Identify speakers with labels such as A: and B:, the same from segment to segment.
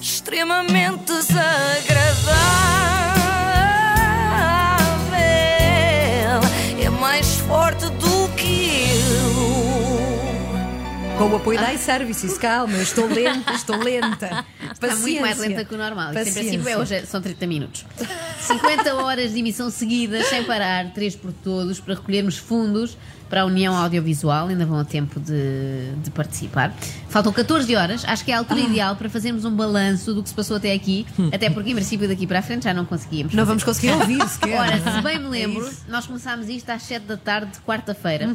A: extremamente desagradável. É mais forte do que eu.
B: Com o apoio da iServices, calma, eu estou lenta, estou lenta.
C: Está muito mais lenta que o normal. E Sempre assim, é, hoje é- são 30 minutos. 50 horas de emissão seguidas, sem parar, três por todos, para recolhermos fundos para a União Audiovisual. Ainda vão a tempo de, de participar. Faltam 14 horas, acho que é a altura ideal para fazermos um balanço do que se passou até aqui. Até porque, em princípio, daqui para a frente já não conseguíamos.
B: Não
C: fazer.
B: vamos conseguir ouvir sequer.
C: Ora, se bem me lembro,
B: É isso. Uhum.
C: nós começámos isto às 7 da tarde de quarta-feira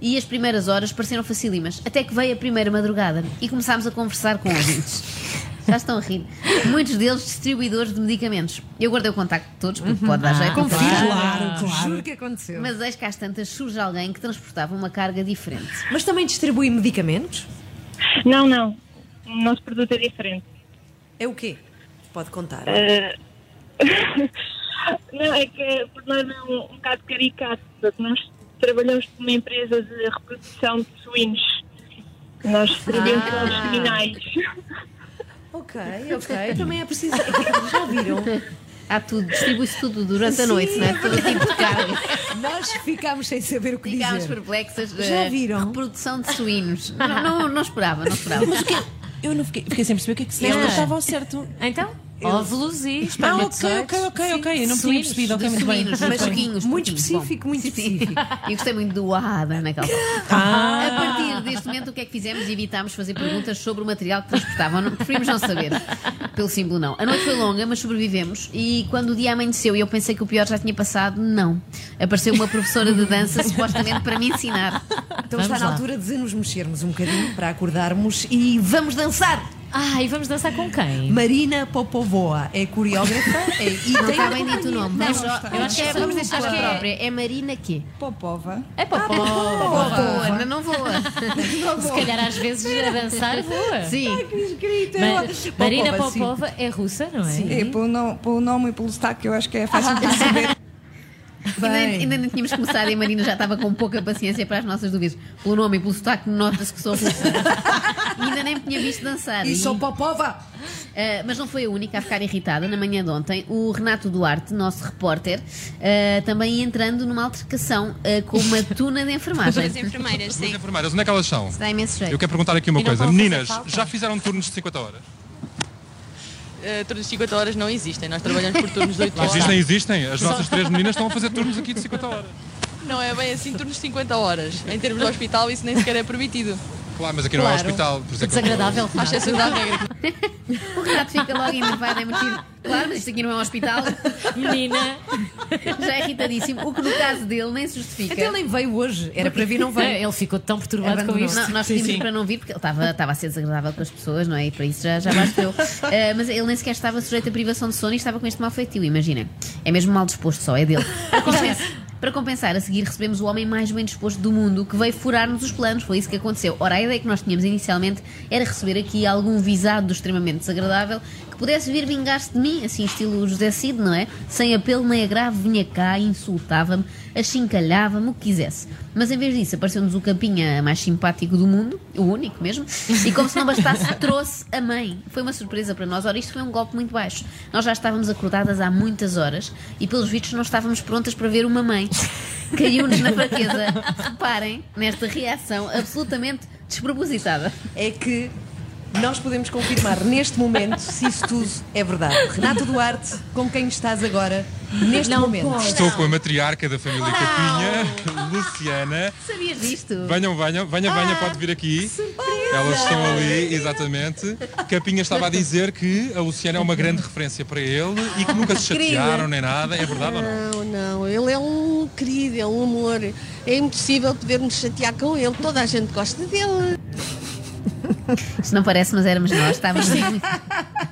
C: e as primeiras horas pareceram facílimas, até que veio a primeira madrugada e começámos a conversar com ouvintes. Já estão a rir. Muitos deles distribuidores de medicamentos. Eu guardei o contacto de todos,
B: Uhum.
C: porque pode dar jeito.
B: Confio,
C: claro.
B: claro, juro que aconteceu. Mas,
C: Mas eis que às tantas surge alguém que transportava uma carga diferente.
B: também distribui medicamentos?
D: Não, não. O nosso produto é diferente.
B: É o quê? Pode contar.
D: Não, é que por norma é um, um bocado caricato. porque Nós trabalhamos numa empresa de reprodução de suínos. Nós distribuímos
C: Ah.
D: aos criminais.
B: Ok, ok. Também é preciso. Já viram?
C: Há tudo, distribui-se tudo durante a
B: Sim,
C: noite, não é?
B: é
C: Todo tipo de carga.
B: Nós ficámos sem saber o que
C: Ficámos
B: dizer.
C: perplexas.
B: Já
C: eh,
B: viram?
C: Reprodução de suínos. Não, não, não esperava, não esperava.
E: Mas o quê? Eu não fiquei, fiquei sem perceber o que é que se
C: Ela-
E: Ela estava ao certo.
F: Então, óvulos e
E: Ah, ok,
F: espermatozoides.
E: ok, ok, ok. Eu não tinha
F: Suínos,
E: percebido. Ok,
C: de
E: muito bem.
C: suínos,
E: Muito
C: mas
E: bem.
C: porquinhos,
B: Muito
C: porquinhos.
B: específico,
C: Bom,
B: muito
C: sim, sim.
B: específico.
C: E gostei muito do ah, da Ana Galvão.
E: Ah,
C: A partir deste momento, o que é que fizemos? Evitámos fazer perguntas sobre o material que transportavam. Não- Preferimos não saber. Pelo símbolo, não. A noite foi longa, mas sobrevivemos. E quando o dia amanheceu e eu pensei que o pior já tinha passado, não. Apareceu uma professora de dança, supostamente para me ensinar.
B: Então
F: Vamos
B: está na
F: lá.
B: altura de nos mexermos um bocadinho para acordarmos e vamos dançar!
F: Ah, e vamos dançar com quem?
B: Marina Popovoa é coreógrafa é, e
C: Não
B: tem
C: está
B: uma
C: bem dito o
B: companhia.
C: nome.
B: Não,
C: Vamos, eu acho que é, vamos deixar
F: Acho que
C: a
F: é-
C: própria. É Marina quê?
G: Popova.
C: Ah,
F: É popó.
C: Não voa, não- não voa.
F: Se calhar às vezes a dançar voa.
C: Sim.
G: Escrito.
F: Ma- Marina
B: Popova, sim.
F: Popova é russa, não é?
G: É, pelo, no- pelo nome e pelo sotaque, eu acho que é fácil de perceber.
C: Ainda,
B: Bem.
C: ainda não tínhamos começado e a Marina já estava com pouca paciência para as nossas dúvidas. Pelo nome e pelo sotaque, nota-se que sou russa. E ainda nem me tinha visto dançar.
B: E
C: E,
B: sou Popova!
C: ah, mas não foi a única a ficar irritada. Na manhã de ontem, o Renato Duarte, nosso repórter, ah, também entrando numa altercação ah, com uma tuna de enfermagem.
H: As enfermeiras,
I: As
H: sim.
I: enfermeiras, onde é que elas são?
C: Dá imenso jeito.
I: Eu quero perguntar aqui uma
F: E não
I: coisa.
F: vão fazer
I: Meninas,
F: falta?
I: já fizeram turnos de 50 horas?
H: Uh, turnos de 50 horas não existem, nós trabalhamos por turnos de 8 horas.
I: Existem, existem. As nossas três meninas estão a fazer turnos aqui de 50 horas.
H: Não é bem assim, turnos de 50 horas. Em termos de hospital, isso nem sequer é permitido.
I: Claro, mas aqui não é hospital, por isso é que eu-
F: Desagradável.
H: À exceção da regra.
C: O Renato fica logo enervado, é muito giro. Claro, mas isto aqui não é um hospital.
F: Menina.
C: Já é irritadíssimo. O que no caso dele nem se justifica.
B: Então ele nem veio hoje, era para vir, não veio.
F: Ele ficou tão perturbado com
B: Abandonou.
F: isto.
C: Não, nós pedimos para não vir porque ele estava estava a ser desagradável com as pessoas, não é? E para isso já, já bastou. Eh, mas ele nem sequer estava sujeito a privação de sono e estava com este mal feitio, imagina. É mesmo mal disposto só, é dele. Acontece. Para compensar, a seguir recebemos o homem mais bem disposto do mundo que veio furar-nos os planos. Foi isso que aconteceu. Ora, a ideia que nós tínhamos inicialmente era receber aqui algum visado extremamente desagradável que pudesse vir vingar-se de mim, assim, estilo José Cid, não é? Sem apelo nem agravo, vinha cá, insultava-me, achincalhava-me, o que quisesse. Mas em vez disso, apareceu-nos o Campinha mais simpático do mundo, o único mesmo, e como se não bastasse, trouxe a mãe. Foi uma surpresa para nós. Ora, isto foi um golpe muito baixo. Nós já estávamos acordadas há muitas horas e, pelos vistos, não estávamos prontas para ver uma mãe. Caiu-nos na fraqueza. Reparem nesta reação absolutamente despropositada.
B: É que nós podemos confirmar neste momento se isso tudo é verdade. Renato Duarte, com quem estás agora, neste momento.
I: Estou com a matriarca da família Capinha, Luciana.
C: Sabias disto?
I: Venham, venham, venha, venha, pode vir aqui. Elas estão ali, exatamente. Capinha estava a dizer que a Luciana é uma grande referência para ele e que nunca se chatearam nem nada. É verdade ou não?
J: Não, não, ele é um querido, ele é um amor. É impossível podermos chatear com ele, toda a gente gosta dele.
C: Isto não parece, mas éramos nós. Estávamos muito,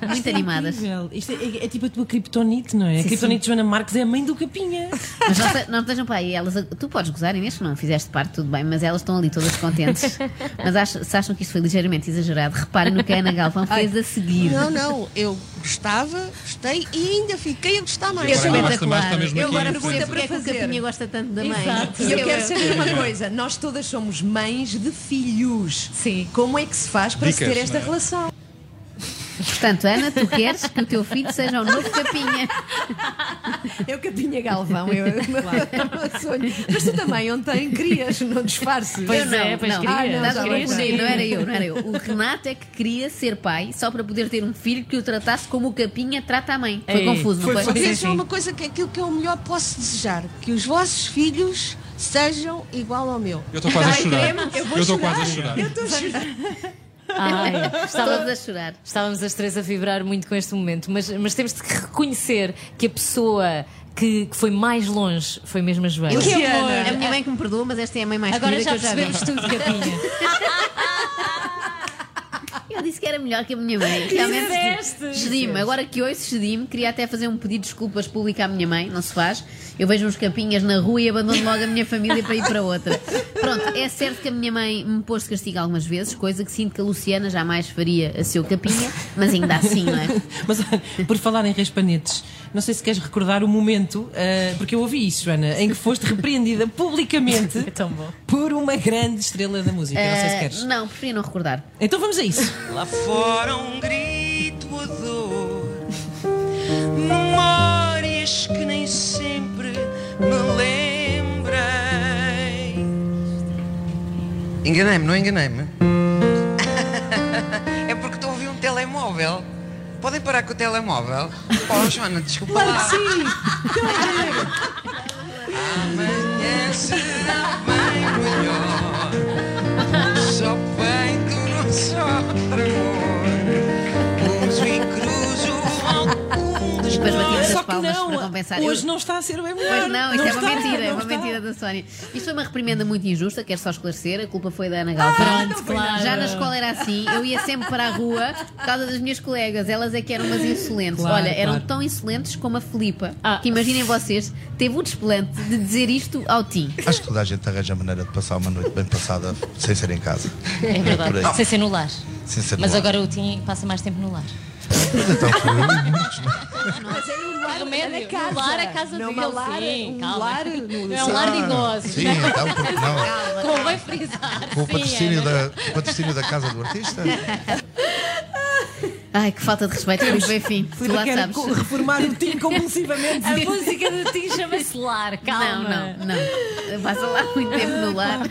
C: muito animadas.
E: Incrível. Isto é, é- é tipo a tua criptonite, não é? a
C: Sim,
E: criptonite
C: sim.
E: de Joana Marques é a mãe do Capinha.
C: Mas não, se- não estejam para aí, elas. Tu podes gozar, Inês, que não fizeste parte, tudo bem, mas elas estão ali todas contentes. Mas ach- se acham que isso foi ligeiramente exagerado, reparem no que a Ana Galvão fez a seguir.
J: Não, não, eu gostava, gostei e ainda fiquei a gostar mais.
I: Agora
C: espetacular.
I: gosta mais, está mesmo
B: Eu
I: aqui
B: agora
I: em
B: pergunto
I: frente.
C: Porque é que o
B: Fazer.
C: Capinha gosta tanto da mãe?
B: E eu é. quero saber uma coisa: nós todas somos mães de filhos.
F: Sim.
B: Como é que se faz para
I: Dicas,
B: se ter esta
I: não é?
B: relação?
C: Portanto, Ana, tu queres que o teu filho seja o novo capinha.
B: Eu que tinha Galvão, eu, eu sonho. Mas tu também ontem querias, não disfarces.
F: Pois é, pois
C: não,
F: queria.
C: Ah, não,
F: Mas
C: já me
F: queria
C: confundi,
F: sim.
C: não era eu, não era eu. O Renato é que queria ser pai só para poder ter um filho que o tratasse como o capinha trata a mãe. Foi
F: Ei,
C: confuso, não foi?
J: Mas
F: foi- Sim,
B: assim.
J: isso é
F: sim.
J: uma coisa que é aquilo que eu melhor posso desejar: que os vossos filhos sejam igual ao meu.
I: Eu estou quase a chorar.
B: eu vou
I: Eu estou
B: chorar.
I: quase a chorar.
C: É
F: Ai,
C: Todos
F: estava,
C: a chorar.
F: estávamos as três a vibrar muito com este momento, mas, mas temos de reconhecer que a pessoa que, que foi mais longe foi mesmo a Joana.
C: A minha mãe que me perdoa, mas esta é a mãe mais
F: Agora
C: querida que
F: já
C: eu já Ah, vi.
F: percebemos tudo, Capinha.
C: Eu disse que era melhor que a minha mãe.
F: disseste.
C: cedi-me. Agora que ouço, cedi-me. Queria até fazer um pedido de desculpas público à minha mãe. Não se faz. Eu vejo uns capinhas na rua e abandono logo a minha família para ir para outra. Pronto, é certo que a minha mãe me pôs de castigo algumas vezes, coisa que sinto que a Luciana jamais faria a seu capinha, mas ainda assim, não é?
E: Mas olha, por falar em raspanetes, não sei se queres recordar o momento, ah, porque eu ouvi isso, Ana, em que foste repreendida publicamente
F: É tão bom.
E: por uma grande estrela da música. não sei se queres.
C: Eh, não, preferia não recordar.
E: Então vamos a isso.
A: Lá fora um grito a dor, memórias que nem sempre me lembrei.
K: Enganei-me, não enganei-me? é porque estou a ouvir um telemóvel. Podem parar com o telemóvel? Oh, Joana, desculpa lá. Amanhã será bem melhor. Só peito no sótão. Uso e cruzo algum dos
C: Depois batimos
E: Só
C: as
E: que
C: palmas
E: não,
C: para compensar. Eu-
E: hoje não está a ser bem melhor.
C: Pois não, isto é uma
E: está,
C: mentira, é
E: não
C: uma
E: está.
C: mentira da Sónia. Isto foi uma reprimenda muito injusta, quero só esclarecer, a culpa foi da Ana Galvão.
F: Pronto, claro.
C: Já na escola era assim, eu ia sempre para a rua por causa das minhas colegas, elas é que eram umas insolentes.
E: Claro,
C: Olha, eram
E: claro.
C: tão insolentes como a Filipa,
F: Ah.
C: que imaginem vocês, teve o desplante de dizer isto ao Tim.
K: Acho que toda a gente arranja maneira de passar uma noite bem passada sem ser em casa.
L: É
K: por aí.
L: verdade. Sem ser no lar.
K: Sem ser
L: Mas agora o Tim passa mais tempo no lar.
K: então,
L: Remédio. No lar é casa
B: Não,
L: dele.
B: uma lar,
L: sim,
B: um
L: calma.
B: lar no-
L: Não é um lar de
K: Ah,
L: idosos.
K: Sim, então, porque não?
L: Convém frisar.
K: Com o
L: Sim,
F: é
K: patrocínio,
L: Ana.
K: da, com o patrocínio da Casa do Artista?
C: Ai, que falta de respeito, mas bem fim, tu
E: Filipe
C: lá
E: quer
C: sabes.
E: co- reformar o time compulsivamente.
F: A música do Tim chama-se Lar,
C: Não,
F: calma.
C: não, não. Passa lá muito tempo no lar.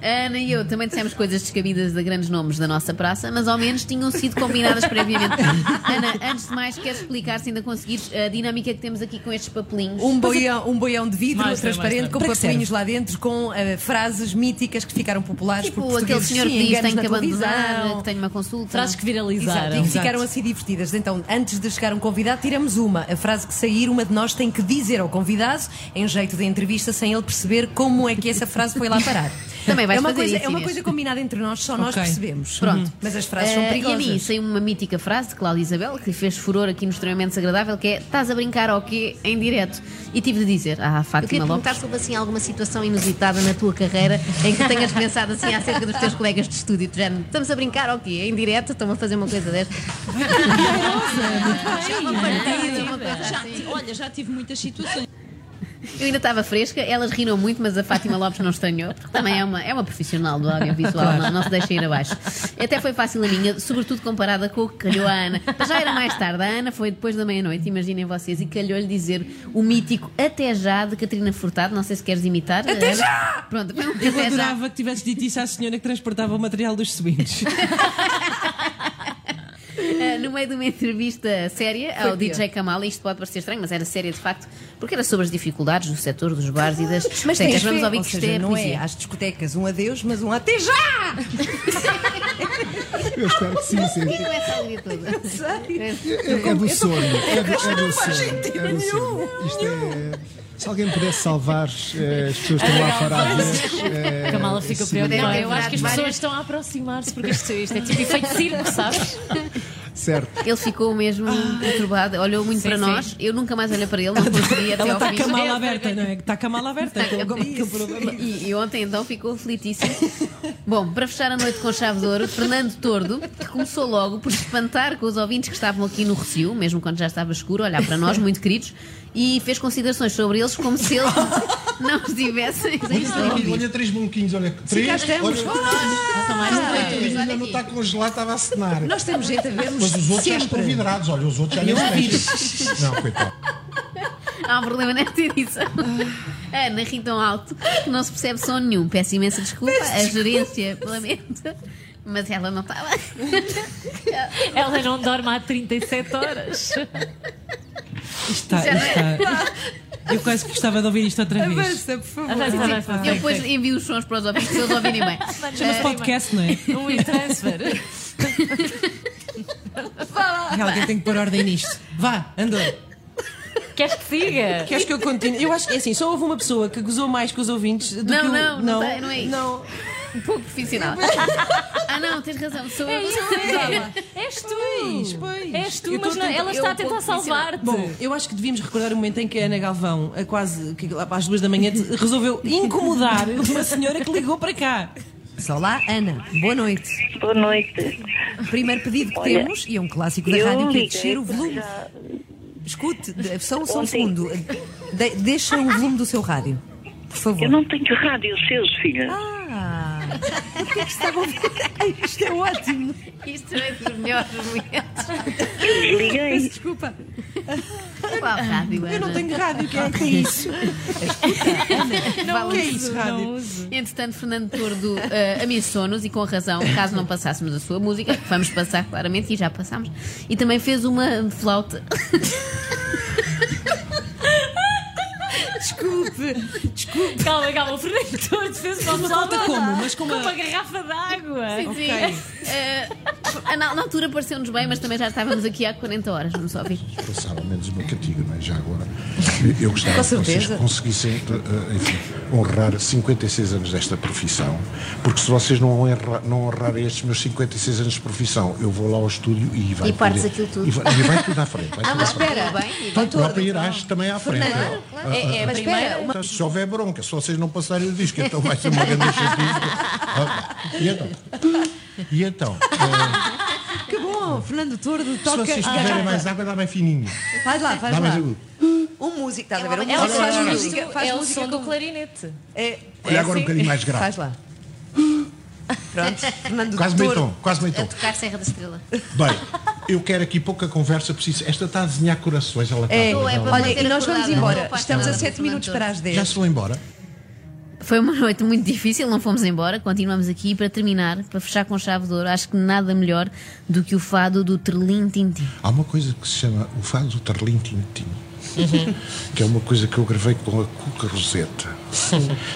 C: Ana e eu também dissemos coisas descabidas de grandes nomes da nossa praça, mas ao menos tinham sido combinadas previamente. Ana, antes de mais, queres explicar se ainda conseguires a dinâmica que temos aqui com estes papelinhos?
B: Um boião, um boião de vidro
F: Mostra,
B: transparente
F: mostra.
B: com
E: Para que
B: papelinhos lá dentro, com eh, frases míticas que ficaram populares por
C: Tipo aquele
B: portugueses.
C: senhor que
B: Sim,
C: diz
B: enganos
C: tenho
B: na
C: que abandonar,
B: televisão."
C: que tenho uma consulta.
F: Frases que
B: Exato,
F: viralizaram.
B: e que ficaram assim divertidas. Então, antes de chegar um convidado, tiramos uma. A frase que sair, uma de nós tem que dizer ao convidado, em um jeito de entrevista, sem ele perceber como é que essa frase foi lá parar.
C: Também vais
B: é uma
C: fazer
B: coisa,
C: isso,
B: É uma
C: Inês.
B: coisa combinada entre nós, só nós
E: Ok.
B: percebemos.
C: Pronto.
B: Mas as frases são
C: Eh,
B: perigosas.
C: E a mim saiu uma mítica frase de Cláudia Isabel que fez furor aqui no extremamente desagradável, que é estás a brincar ao quê em direto? E tive de dizer à
L: Eu
C: Fátima
L: queria
C: Lopes.
L: perguntar
C: sobre assim alguma situação inusitada na tua carreira em que tenhas pensado assim acerca dos teus colegas de estúdio, já estamos a brincar ao quê? Em direto, estão a fazer uma coisa desta.
L: Já ti-
E: Olha, já tive muitas situações.
C: Eu ainda estava fresca, elas riram muito, mas a Fátima Lopes não estranhou, porque também é uma, é uma profissional do audiovisual, não, não se deixa ir abaixo. Até foi fácil a minha, sobretudo comparada com o que calhou a Ana. Mas já era mais tarde, a Ana foi depois da meia-noite, imaginem vocês, e calhou-lhe dizer o mítico Até Já de Catarina Furtado, não sei se queres imitar. Até já! Pronto, foi um Até
E: Eu
C: Já.
E: adorava que tivesse dito isso à senhora que transportava o material dos
M: É
E: swings.
C: Uh, no meio de uma entrevista séria ao DJ Kamala, isto pode parecer estranho, mas era séria de facto, porque era sobre as dificuldades do setor dos bares e das
B: Mas tem
C: discotecas. Vamos ouvir
B: ou
C: que isto é
B: seja,
C: a
B: não é
C: poesia.
B: às discotecas um adeus, mas um até já!
M: Eu espero que sim, sim.
C: O que é que é essa alegria toda?
M: É, é do sono. É do, é do sono. É do sono. Isto é. Se alguém pudesse salvar eh, as pessoas que estão lá paradas. eh,
F: Camala fica
M: sim.
F: preocupada. Eu acho que as
C: Várias-
F: pessoas estão a aproximar-se porque isto, isto é tipo efeito circo, sabes?
M: Certo.
C: Ele ficou mesmo perturbado, olhou muito para
F: sim.
C: nós. Eu nunca mais olhei para ele, não consegui até ao
E: Ela está com a
C: fim.
E: mala aberta, não é? Está com a mala aberta. com- com- com o problema.
C: E, e ontem então ficou aflitíssimo. Bom, para fechar a noite com chave de ouro, Fernando Tordo, que começou logo por se espantar com os ouvintes que estavam aqui no Recio, mesmo quando já estava escuro, a olhar para nós, muito queridos, e fez considerações sobre eles como se eles não estivessem.
M: Olha, olha três bonquinhos, olha. Três,
C: cá estamos.
M: olha,
C: Ah, são mais
M: Ah,
C: três.
M: a Lina não está congelada, estava a
N: assim.
M: cenar.
B: Nós temos gente a ver-nos
M: Mas os outros já
B: sempre.
M: estão vidrados, olha, os outros já nem
B: Eu
M: se
B: vi.
M: mexem. Não, coitado.
C: Não há um problema nesta edição. É, Ana ri tão alto que não se percebe som nenhum. Peço imensa desculpa à gerência, lamento. Mas ela não estava.
F: Ela não dorme há 37 horas.
E: Está,
C: Já não é.
E: está. Eu quase gostava de ouvir isto outra vez.
C: Avança,
B: por favor.
E: Avança, avança, avança.
C: Eu depois envio os sons para os ouvintes, para eles ouvirem bem.
E: Chama-se podcast, não é?
F: Um e-transfer.
E: E alguém tem que pôr ordem nisto. Vá, andou.
F: Queres que siga?
E: Queres que eu continue? Eu acho que é assim, só houve uma pessoa que gozou mais com os ouvintes do que
C: Não,
E: o-
C: não, não, sei, não é isso.
E: Não.
C: Um pouco profissional. ah, não, tens razão. Sou
F: É
C: eu.
F: isso, Isabela. És tu.
E: Pois, pois.
F: És É tu,
E: Eu
F: mas
E: tô
F: não,
C: é
F: ela
E: eu
F: está a
E: um pouco
F: tentar salvar-te.
E: Bom, eu acho que devíamos recordar o momento em que a Ana Galvão, a quase que lá para as duas da manhã, te- resolveu incomodar uma senhora que ligou para cá.
B: Só lá, Ana, boa noite.
O: Boa noite.
B: Primeiro pedido que
O: Olha,
B: temos, e é um clássico da
O: eu
B: rádio, que é
O: liguei
B: descer o
O: porque
B: volume.
O: já-
B: Escute, de- só, só um
O: Ontem-
B: segundo. De- deixa o volume do seu rádio, por favor.
O: Eu não tenho rádio seus, filha.
B: Ah, o que é que está a ouvir? Isto é ótimo.
C: Isto é dos melhores momentos.
O: Eu desliguei.
B: Peço desculpa.
C: Qual rádio,
E: Eu não
C: Ana?
E: tenho rádio, quem é que é isso?
C: Não
E: o que é isso, rádio?
C: Entretanto, Fernando Tordo eh, ameaçou-nos e com razão, caso não passássemos a sua música, que vamos passar claramente e já passámos, e também fez uma flauta.
B: Desculpe, desculpe.
F: Calma, calma, o Fernando Torres fez uma
C: Uma flauta
F: salva-
C: como? Mas com uma-
F: uma garrafa d'água.
C: Sim, sim. Eh, ah, na, na altura pareceu-nos bem, mas também já estávamos aqui há 40 horas, vamos só ouvir.
N: Passaram menos uma cantiga, não é? Já agora. Eu gostava
C: Com
N: que vocês
C: certeza.
N: conseguissem eh, eh, enfim, honrar 56 anos desta profissão, porque se vocês não, honra, não honrarem estes meus 56 anos de profissão, eu vou lá ao estúdio e vai
P: E partes
N: poder-
P: aquilo tudo.
N: E vai, e vai tudo à frente. Vai
P: Ah,
N: tudo
P: mas
N: à frente.
P: espera.
N: Vai tudo lá para Então, ir às também à frente.
P: Fernando, claro.
N: Ah,
P: É- é a
N: ah,
P: primeira-
N: espera, uma- Se houver bronca, se vocês não passarem o disco, então vai ser uma grande chatice. Ah, E então? E então?
B: Que bom, Fernando Tordo toca.
N: Se vocês tiverem mais água, dá mais fininho.
B: Faz lá, faz
N: Dá mais
B: lá.
N: agudo.
B: Um músico, estás a ver? Um
N: É o
B: músico faz
N: som do-
B: música, faz
C: um
F: é o
B: música
F: som do
B: com-
F: clarinete.
B: É,
N: Olha,
B: é
N: agora um
B: assim.
N: bocadinho mais grave.
B: Faz lá. Pronto, Fernando
N: Quase meio
B: Tordo.
N: tom, quase meio tom.
C: tocar Serra da Estrela.
N: Bem, eu quero aqui pouca conversa, preciso. Esta está a desenhar corações, ela está
B: É,
N: a desenhar.
B: olha, e nós vamos
C: acordada, não
B: embora.
C: estou
B: Estamos a
C: apaixonada
B: 7 minutos para as 10.
N: Já se foi embora?
C: Foi uma noite muito difícil, não fomos embora, continuamos aqui e para terminar, para fechar com chave de ouro, acho que nada melhor do que o fado do Trelim Tintim.
N: Há uma coisa que se chama o fado do Tarlim Tintim, que é uma coisa que eu gravei com a Cuca Roseta.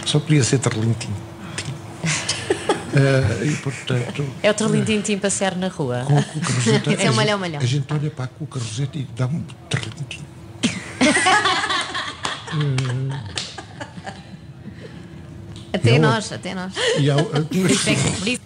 N: Só podia ser Tarlim Tintim. Ah, e portanto.
F: É o Terlintintim passear na rua.
N: Com a Cuca Roseta.
F: Esse é o
N: a
F: malhão,
N: gente-
F: malhão.
N: A gente olha para a Cuca Roseta e dá um Tarlim Tintim. Ah,
C: Até
N: Eu-
C: nós, até nós.
N: e há duas-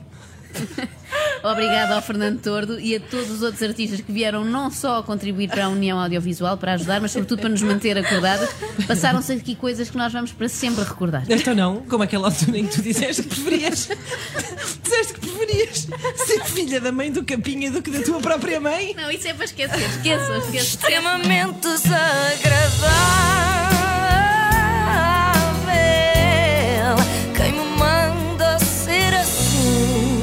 C: Obrigada ao Fernando Tordo e a todos os outros artistas que vieram não só a contribuir para a União Audiovisual, para ajudar, mas sobretudo para nos manter acordados. Passaram-se aqui coisas que nós vamos para sempre recordar.
E: Então não, como aquela altura em que tu disseste que preferias. disseste que preferias ser filha da mãe do Capinha do que da tua própria mãe?
C: Não, isso é para esquecer. Esqueçam, esqueçam.
L: extremamente desagradável. Quem me manda ser assim?